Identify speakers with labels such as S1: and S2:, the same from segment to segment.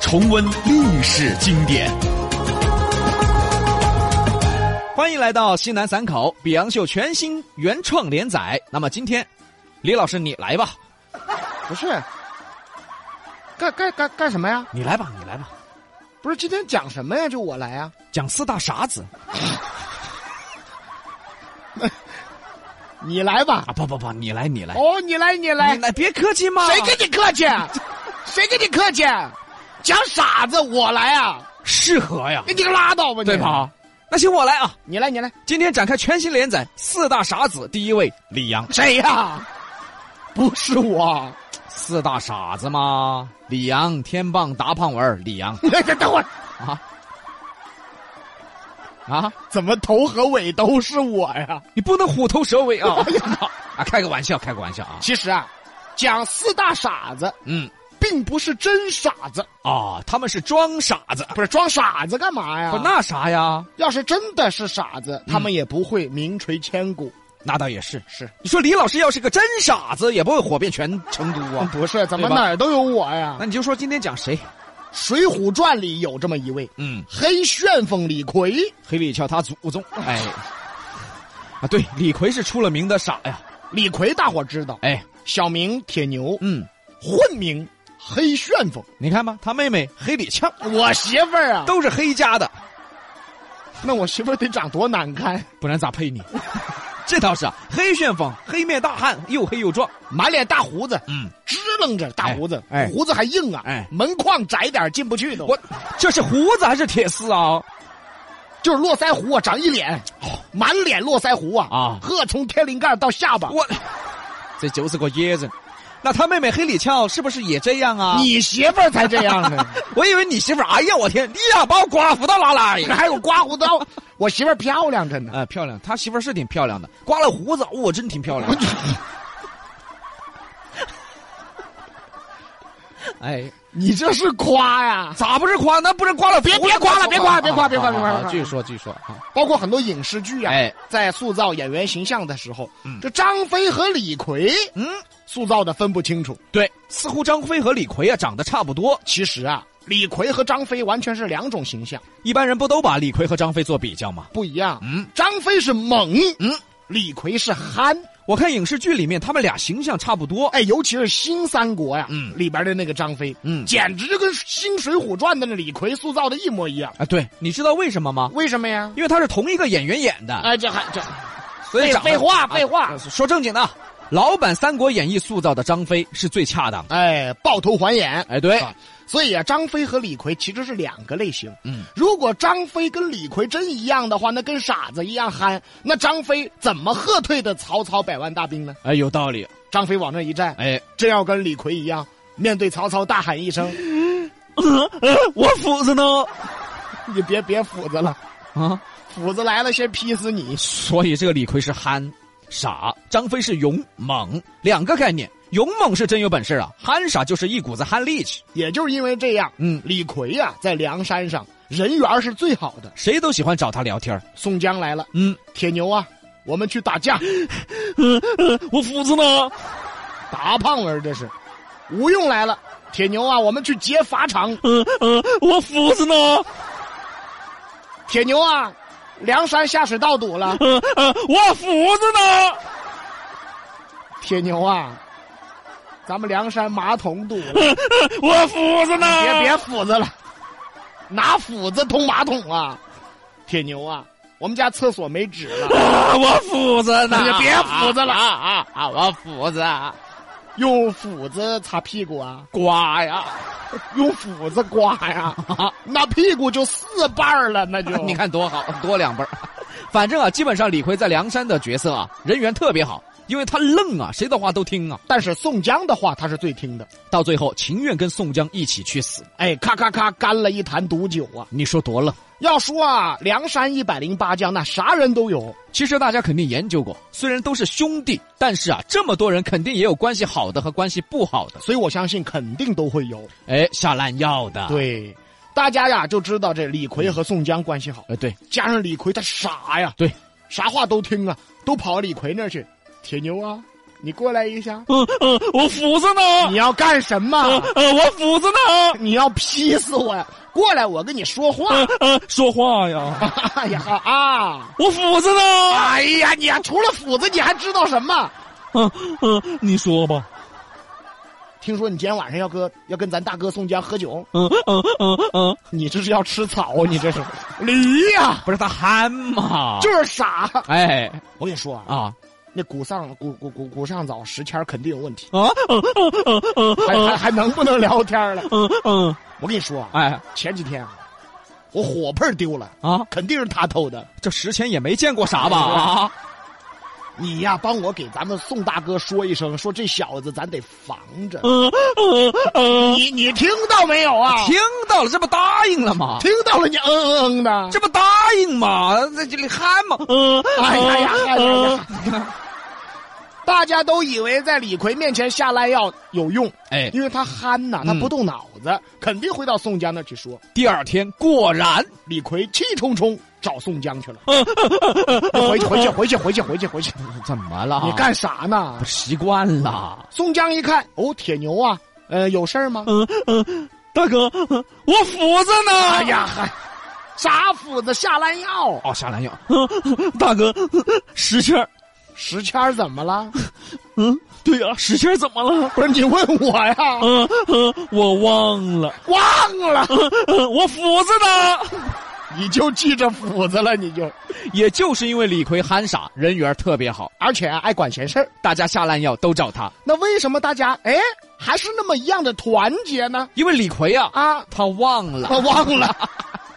S1: 重温历史经典。
S2: 欢迎来到西南散口比洋秀全新原创连载。那么今天，李老师你来吧，
S3: 不是干干干干什么呀？
S2: 你来吧，你来吧，
S3: 不是今天讲什么呀？就我来啊？
S2: 讲四大傻子
S3: 你来吧。
S2: 啊！不不不，你来，你来，
S3: 哦，你来，你来
S2: 你。来，别客气嘛。
S3: 谁跟你 客气？谁跟你客气？讲傻子，我来啊！
S2: 适合呀？
S3: 你你个拉倒吧，你
S2: 对？吧？那行我来啊！
S3: 你来，你来，
S2: 今天展开全新连载《四大傻子》，第一位李阳。
S3: 谁呀、不是我。
S2: 四大傻子嘛，李阳、天棒、达胖文、李阳
S3: 你哎等等会儿，
S2: 啊啊！
S3: 怎么头和尾都是我呀？
S2: 你不能虎头蛇尾啊！啊，开个玩笑，开个玩笑啊！
S3: 其实啊，讲四大傻子，
S2: 嗯
S3: 并不是真傻子，
S2: 啊，他们是装傻子，
S3: 不是装傻子干嘛哎呀？
S2: 不那啥呀？
S3: 要是真的是傻子，他们也不会名垂千古。
S2: 那倒也是。
S3: 是，
S2: 你说李老师要是个真傻子，也不会火遍全成都 啊。
S3: 嗯不是？怎么
S2: 对吧
S3: 哪儿都有我呀？
S2: 那你就说今天讲谁？
S3: 《水浒传》里有这么一位
S2: 嗯，
S3: 黑旋风李逵，
S2: 黑李翘他祖宗。哎，啊，对，李逵是出了名的傻呀。
S3: 李逵大伙儿知道。
S2: 哎，
S3: 小名铁牛，
S2: 嗯，
S3: 混名黑旋风。
S2: 你看吧，他妹妹黑李翘
S3: 我媳妇儿啊，
S2: 都是黑家的。
S3: 那我媳妇儿得长多难看，
S2: 不然咋配你？这倒是啊，黑旋风，黑面大汉，又黑又壮。
S3: 满脸大胡子，
S2: 嗯，
S3: 支棱着大胡子，
S2: 哎哎
S3: 胡子还硬啊，
S2: 哎
S3: 门框窄点儿进不去都，
S2: 我这是胡子还是铁丝啊？
S3: 就是络腮胡啊，长一脸，满脸络腮胡啊
S2: 啊
S3: 呵，从天灵盖到下巴。
S2: 我这就是个野人。那他妹妹黑李翘是不是也这样啊？
S3: 你媳妇儿才这样 呢，
S2: 我以为你媳妇儿，哎呀，我天，你呀把我刮胡到哪来？
S3: 还有刮胡刀，我媳妇儿漂亮着呢。
S2: 呃，漂亮，他媳妇儿是挺漂亮的，刮了胡子，我、真挺漂亮的。哎，
S3: 你这是夸呀！
S2: 咋不是刮？那不是刮了胡子
S3: 别
S2: 才
S3: 别
S2: 说
S3: 刮
S2: 吗？
S3: 了别刮别刮别刮
S2: 啊
S3: 别刮
S2: 啊
S3: 别刮
S2: 继续说，继续说啊！
S3: 包括很多影视剧啊，
S2: 哎
S3: 在塑造演员形象的时候，
S2: 嗯
S3: 这张飞和李逵
S2: 嗯，
S3: 塑造的分不清楚。
S2: 对，似乎张飞和李逵啊长得差不多，
S3: 其实啊，李逵和张飞完全是两种形象，
S2: 一般人不都把李逵和张飞做比较吗？
S3: 不一样。
S2: 嗯
S3: 张飞是猛，
S2: 嗯，
S3: 李逵是憨。
S2: 我看影视剧里面他们俩形象差不多。
S3: 哎，尤其是新三国呀，
S2: 嗯
S3: 里边的那个张飞，
S2: 嗯
S3: 简直就跟《新水浒传》的那李逵塑造的一模一样。
S2: 啊，对，你知道为什么吗？
S3: 为什么呀？
S2: 因为他是同一个演员演的，
S3: 哎，这还这
S2: 所以
S3: 废
S2: 长得
S3: 废话废话
S2: 啊说正经的，老版《三国演义》塑造的张飞是最恰当的。
S3: 哎，抱头还眼。
S2: 哎，对，
S3: 啊所以啊，张飞和李逵其实是两个类型。
S2: 嗯，
S3: 如果张飞跟李逵真一样的话，那跟傻子一样憨，那张飞怎么喝退的曹操百万大兵呢？
S2: 哎，有道理。
S3: 张飞往那一站，
S2: 哎，
S3: 真要跟李逵一样，面对曹操大喊一声
S2: 呃我斧子呢？：“
S3: 你别别斧子了，
S2: 啊，
S3: 斧子来了先劈死你
S2: 所以这个李逵是憨傻，张飞是勇猛，两个概念。勇猛是真有本事啊，憨傻就是一股子憨力气。！”
S3: 也就是因为这样，
S2: 嗯，
S3: 李逵呀、在梁山上人缘是最好的。
S2: 谁都喜欢找他聊天儿
S3: 宋江来了，
S2: 嗯，
S3: 铁牛啊，我们去打架，
S2: 我斧子呢？
S3: 打胖文这是。吴用来了，铁牛啊，我们去劫法场。
S2: 嗯嗯，我斧子呢？
S3: 铁牛啊，梁山下水道堵 了。
S2: 嗯嗯，我斧子呢？
S3: 铁牛啊，咱们梁山马桶堵了，
S2: 我斧子呢
S3: 别别斧子了，拿斧子通马桶啊！铁牛啊，我们家厕所没纸 了，
S2: 啊， 我斧子
S3: 你别斧子了
S2: 啊啊 啊！我斧子啊，
S3: 用斧子擦屁股啊，
S2: 刮呀！
S3: 用斧子刮 呀，那屁股就四瓣儿了，那就
S2: 你 看多好，多两辈儿。反正啊，基本上李逵在梁山的角色啊，人缘特别好，因为他愣啊，谁的话都听啊。
S3: 但是宋江的话他是最听的。
S2: 到最后，情愿跟宋江一起去死。
S3: 哎，咔咔咔干了一坛毒酒啊！
S2: 你说多了。
S3: 要说啊，梁山一百零八将那啥人都有。
S2: 其实大家肯定研究过，虽然都是兄弟，但是啊，这么多人肯定也有关系好的和关系不好的。
S3: 所以我相信肯定都会有。
S2: 哎，下烂药的，，
S3: 对，大家呀就知道这李逵和宋江关系好，
S2: 呃，对，
S3: 加上李逵他傻呀，
S2: 对，
S3: 啥话都听啊，都跑李逵那儿去。铁牛啊，你过来一下，
S2: 嗯嗯，我斧子呢？
S3: 你要干什么？
S2: 呃，我斧子呢？
S3: 你要劈死我呀！过来，我跟你说话。
S2: 呃，说话呀，
S3: 哎呀啊！
S2: 我斧子呢？
S3: 哎呀，你还除了斧子，你还知道什么？
S2: 嗯嗯，你说吧。
S3: 听说你今天晚上要跟要跟咱大哥宋江喝酒，
S2: 嗯嗯嗯嗯，
S3: 你这是要吃草？啊你 这是驴呀、
S2: 不是他憨嘛？
S3: 就是傻！
S2: 哎
S3: 我跟你说啊，
S2: 啊
S3: 那古上古古古古上早石谦儿肯定有 问题，
S2: 啊嗯嗯嗯
S3: 还还还能不能聊天了？
S2: 嗯嗯，
S3: 我跟你说啊，
S2: 哎
S3: 前几天啊，我火盆儿丢了，
S2: 啊，
S3: 肯定是他偷的。
S2: 这十钱也没见过啥吧？啊，
S3: 你呀，帮我给咱们宋大哥说一声，说这小子咱得防着。
S2: 嗯嗯嗯，
S3: 你你听到没有啊？
S2: 听到了，这不答应了吗？
S3: 听到了，你嗯嗯嗯的。
S2: 这不答应嘛，在这里憨 嘛。嗯，
S3: 哎呀呀哎
S2: 呃
S3: 呀呀！大家都以为在李逵面前下烂药有用，
S2: 哎，嗯
S3: 因为他憨呐，他不动脑子，肯定会到宋江那去说。
S2: 第二天果然，
S3: 李逵气冲冲找宋江去了，
S2: 嗯
S3: 回去回去回去回去回去回去，
S2: 怎么了？
S3: 你干啥呢
S2: 啊不？习惯了？
S3: 宋江一看，哦，铁牛啊，呃，有事儿吗？
S2: 嗯嗯，大哥，我斧子呢？
S3: 哎呀，嗨，啥斧子下烂药？
S2: 哦，下蓝药。呃大哥，石谦儿，
S3: 石谦儿怎么了？
S2: 嗯，对呀、石谦儿怎么了？
S3: 不是你问我呀？
S2: 嗯嗯，我忘了。
S3: 忘了，
S2: 嗯，我斧子呢？
S3: 你就记着斧子了，你就，
S2: 也就是因为李逵憨傻，人缘儿特别好，
S3: 而且啊爱管闲事儿。
S2: 大家下烂药都找他，
S3: 那为什么大家哎还是那么一样的团结呢？
S2: 因为李逵啊，
S3: 啊，
S2: 他忘了。
S3: 我忘了，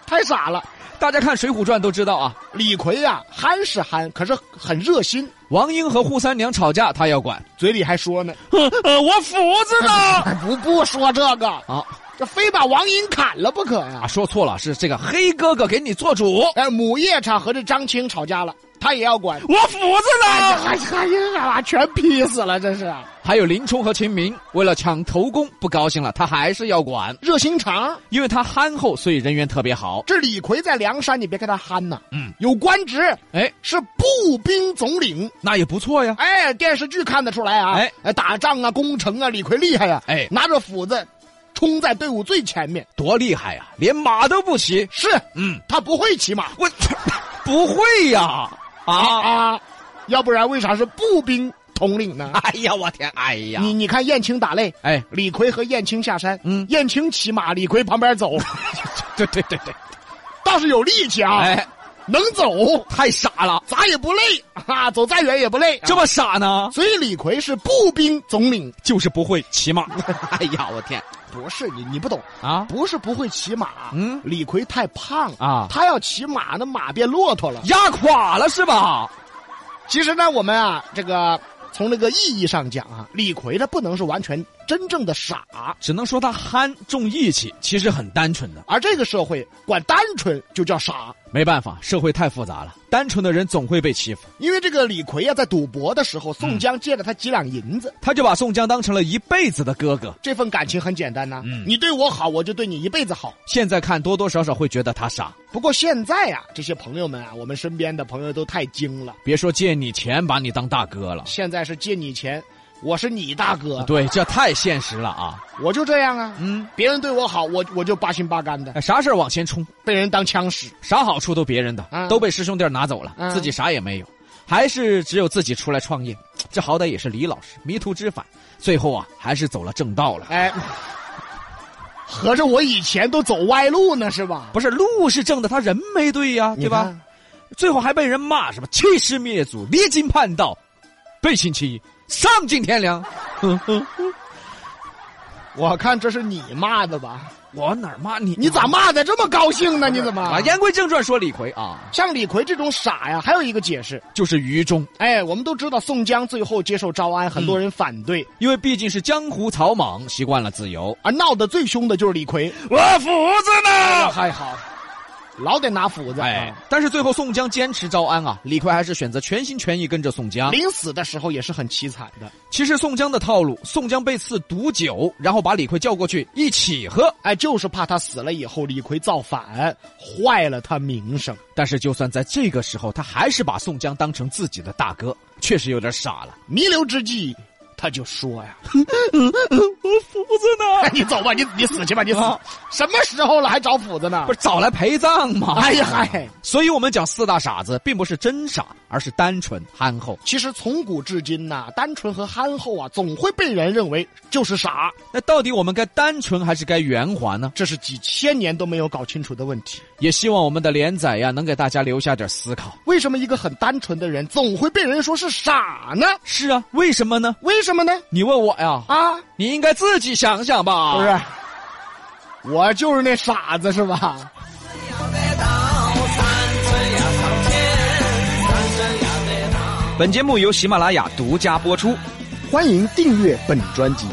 S3: 太傻了。
S2: 大家看《水浒传》都知道啊，
S3: 李逵呀、憨是憨，可是很热心，
S2: 王英和扈三娘吵架，他要 管。
S3: 嘴里还说呢
S2: 呃我斧子呢？：“
S3: 不不说这个，
S2: 啊
S3: 这非把王英砍了不可呀
S2: 啊，说错了，是这个黑哥哥给你做主！”。
S3: 哎，母夜叉和这张青吵架了，他也要管。
S2: 我斧子呢？
S3: 哎呀，把全劈死了，真是
S2: 还有林冲和秦明，为了抢头功不高兴了，他还是要管，
S3: 热心肠。
S2: 因为他憨厚，所以人缘特别好。
S3: 这李逵在梁山，你别看他憨呐，
S2: 嗯，
S3: 有官职，
S2: 哎，
S3: 是步兵总领。
S2: 那也不错呀。
S3: 哎，电视剧看得出来啊！
S2: 哎
S3: 哎，打仗啊，攻城啊，李逵厉害呀、
S2: 哎
S3: 拿着斧子，冲在队伍最前面。
S2: 多厉害呀、连马都不骑。
S3: 是
S2: 嗯，
S3: 他不会骑马
S2: 我 不会呀、啊！
S3: 啊啊，要不然为啥是步兵统领呢？
S2: 哎呀，我天！哎呀，
S3: 你你看燕青打擂，
S2: 哎，
S3: 李逵和燕青下山，
S2: 嗯
S3: 燕青骑马，李逵旁边 走，
S2: 对对对对，
S3: 倒是有力气啊，
S2: 哎，
S3: 能走，
S2: 太傻了，
S3: 咋也不累啊，走再远也不累。
S2: 这么傻呢？
S3: 所以李逵是步兵总领，
S2: 就是不会骑马。 哎呀，我天
S3: 不是你你不懂，
S2: 啊！
S3: 不是不会骑马，啊
S2: 嗯
S3: 李逵太胖
S2: 啊
S3: 他要骑马，那马变骆驼了。
S2: 压垮了是吧？
S3: 其实呢，我们啊，这个从这个意义上讲啊，李逵他不能是完全真正的傻，
S2: 只能说他憨重义气，其实很单纯的。
S3: 而这个社会管单纯就叫傻。
S2: 没办法，社会太复杂了，单纯的人总会被欺负。
S3: 因为这个李逵啊，在赌博的时
S2: 嗯
S3: 候，宋江借了他几两银子，
S2: 他就把宋江当成了一辈子的哥哥。
S3: 这份感情很简单呐、
S2: 嗯
S3: 你对我好，我就对你一辈子好。
S2: 现在看多多少少会觉得他傻，
S3: 不过现在啊，这些朋友们啊，我们身边的朋友都太精了，
S2: 别说借你钱把你当大哥了，
S3: 现在是借你钱，我是你大哥，
S2: 对，这太现实了啊。
S3: 我就这样啊。
S2: 嗯，
S3: 别人对我好，我我就八心八肝的，
S2: 哎啥事儿往前冲，
S3: 被人当枪使。
S2: 啥好处都别人的，
S3: 啊
S2: 都被师兄弟儿拿走了，
S3: 啊
S2: 自己啥也没有，还是只有自己出来创业。这好歹也是李老师，迷途知返，最后啊还是走了正道了。
S3: 哎，合着我以前都走歪路呢，是吧？
S2: 不是路是正的，他人没对呀、对吧？最后还被人骂什么欺师灭祖、离经叛道、背信弃义、丧尽天良。
S3: 我看这是你骂的吧？
S2: 我哪儿骂你？
S3: 你咋？骂的这么高兴呢？你怎么
S2: 啊，？言归正传，说李逵啊，
S3: 像李逵这种傻呀，还有一个解释。
S2: 就是愚忠，
S3: 哎，我们都知道宋江最后接受招安，很多人反对，
S2: 因为毕竟是江湖草莽，习惯了自由。
S3: 而闹得最凶的就是李逵。
S2: 我斧子呢？
S3: 还哎好，老得拿斧子。
S2: 哎
S3: 哎，，
S2: 但是最后宋江坚持招安啊，李逵还是选择全心全意跟着宋江。
S3: 临死的时候也是很凄惨的。
S2: 其实宋江的套路，宋江被赐毒酒，然后把李逵叫过去一起喝。
S3: 哎，就是怕他死了以后李逵造反，坏了他名声。
S2: 但是就算在这个时候，他还是把宋江当成自己的大哥，确实有点傻了。
S3: 弥留之际，他就说呀
S2: 斧子：“呢？
S3: 你走吧，你你死去吧，你死！什么时候了还找斧子呢？
S2: 啊不是找来陪葬吗？
S3: 哎呀嗨！
S2: 所以我们讲四大傻子，并不是真傻，而是单纯憨厚。
S3: 其实从古至今呐、单纯和憨厚啊，总会被人认为就是傻，
S2: 那到底我们该单纯还是该圆滑呢？
S3: 这是几千年都没有搞清楚的问题。
S2: 也希望我们的连载呀，能给大家留下点思考。
S3: 为什么一个很单纯的人总会被人说是傻呢？
S2: 是啊，为什么呢？
S3: 为什么呢？
S2: 你问我呀，
S3: 啊，
S2: 你应该自己想想吧。
S3: 不，是，我就是那傻子是吧？
S2: 本节目由喜马拉雅独家播出。
S3: 欢迎订阅本专辑，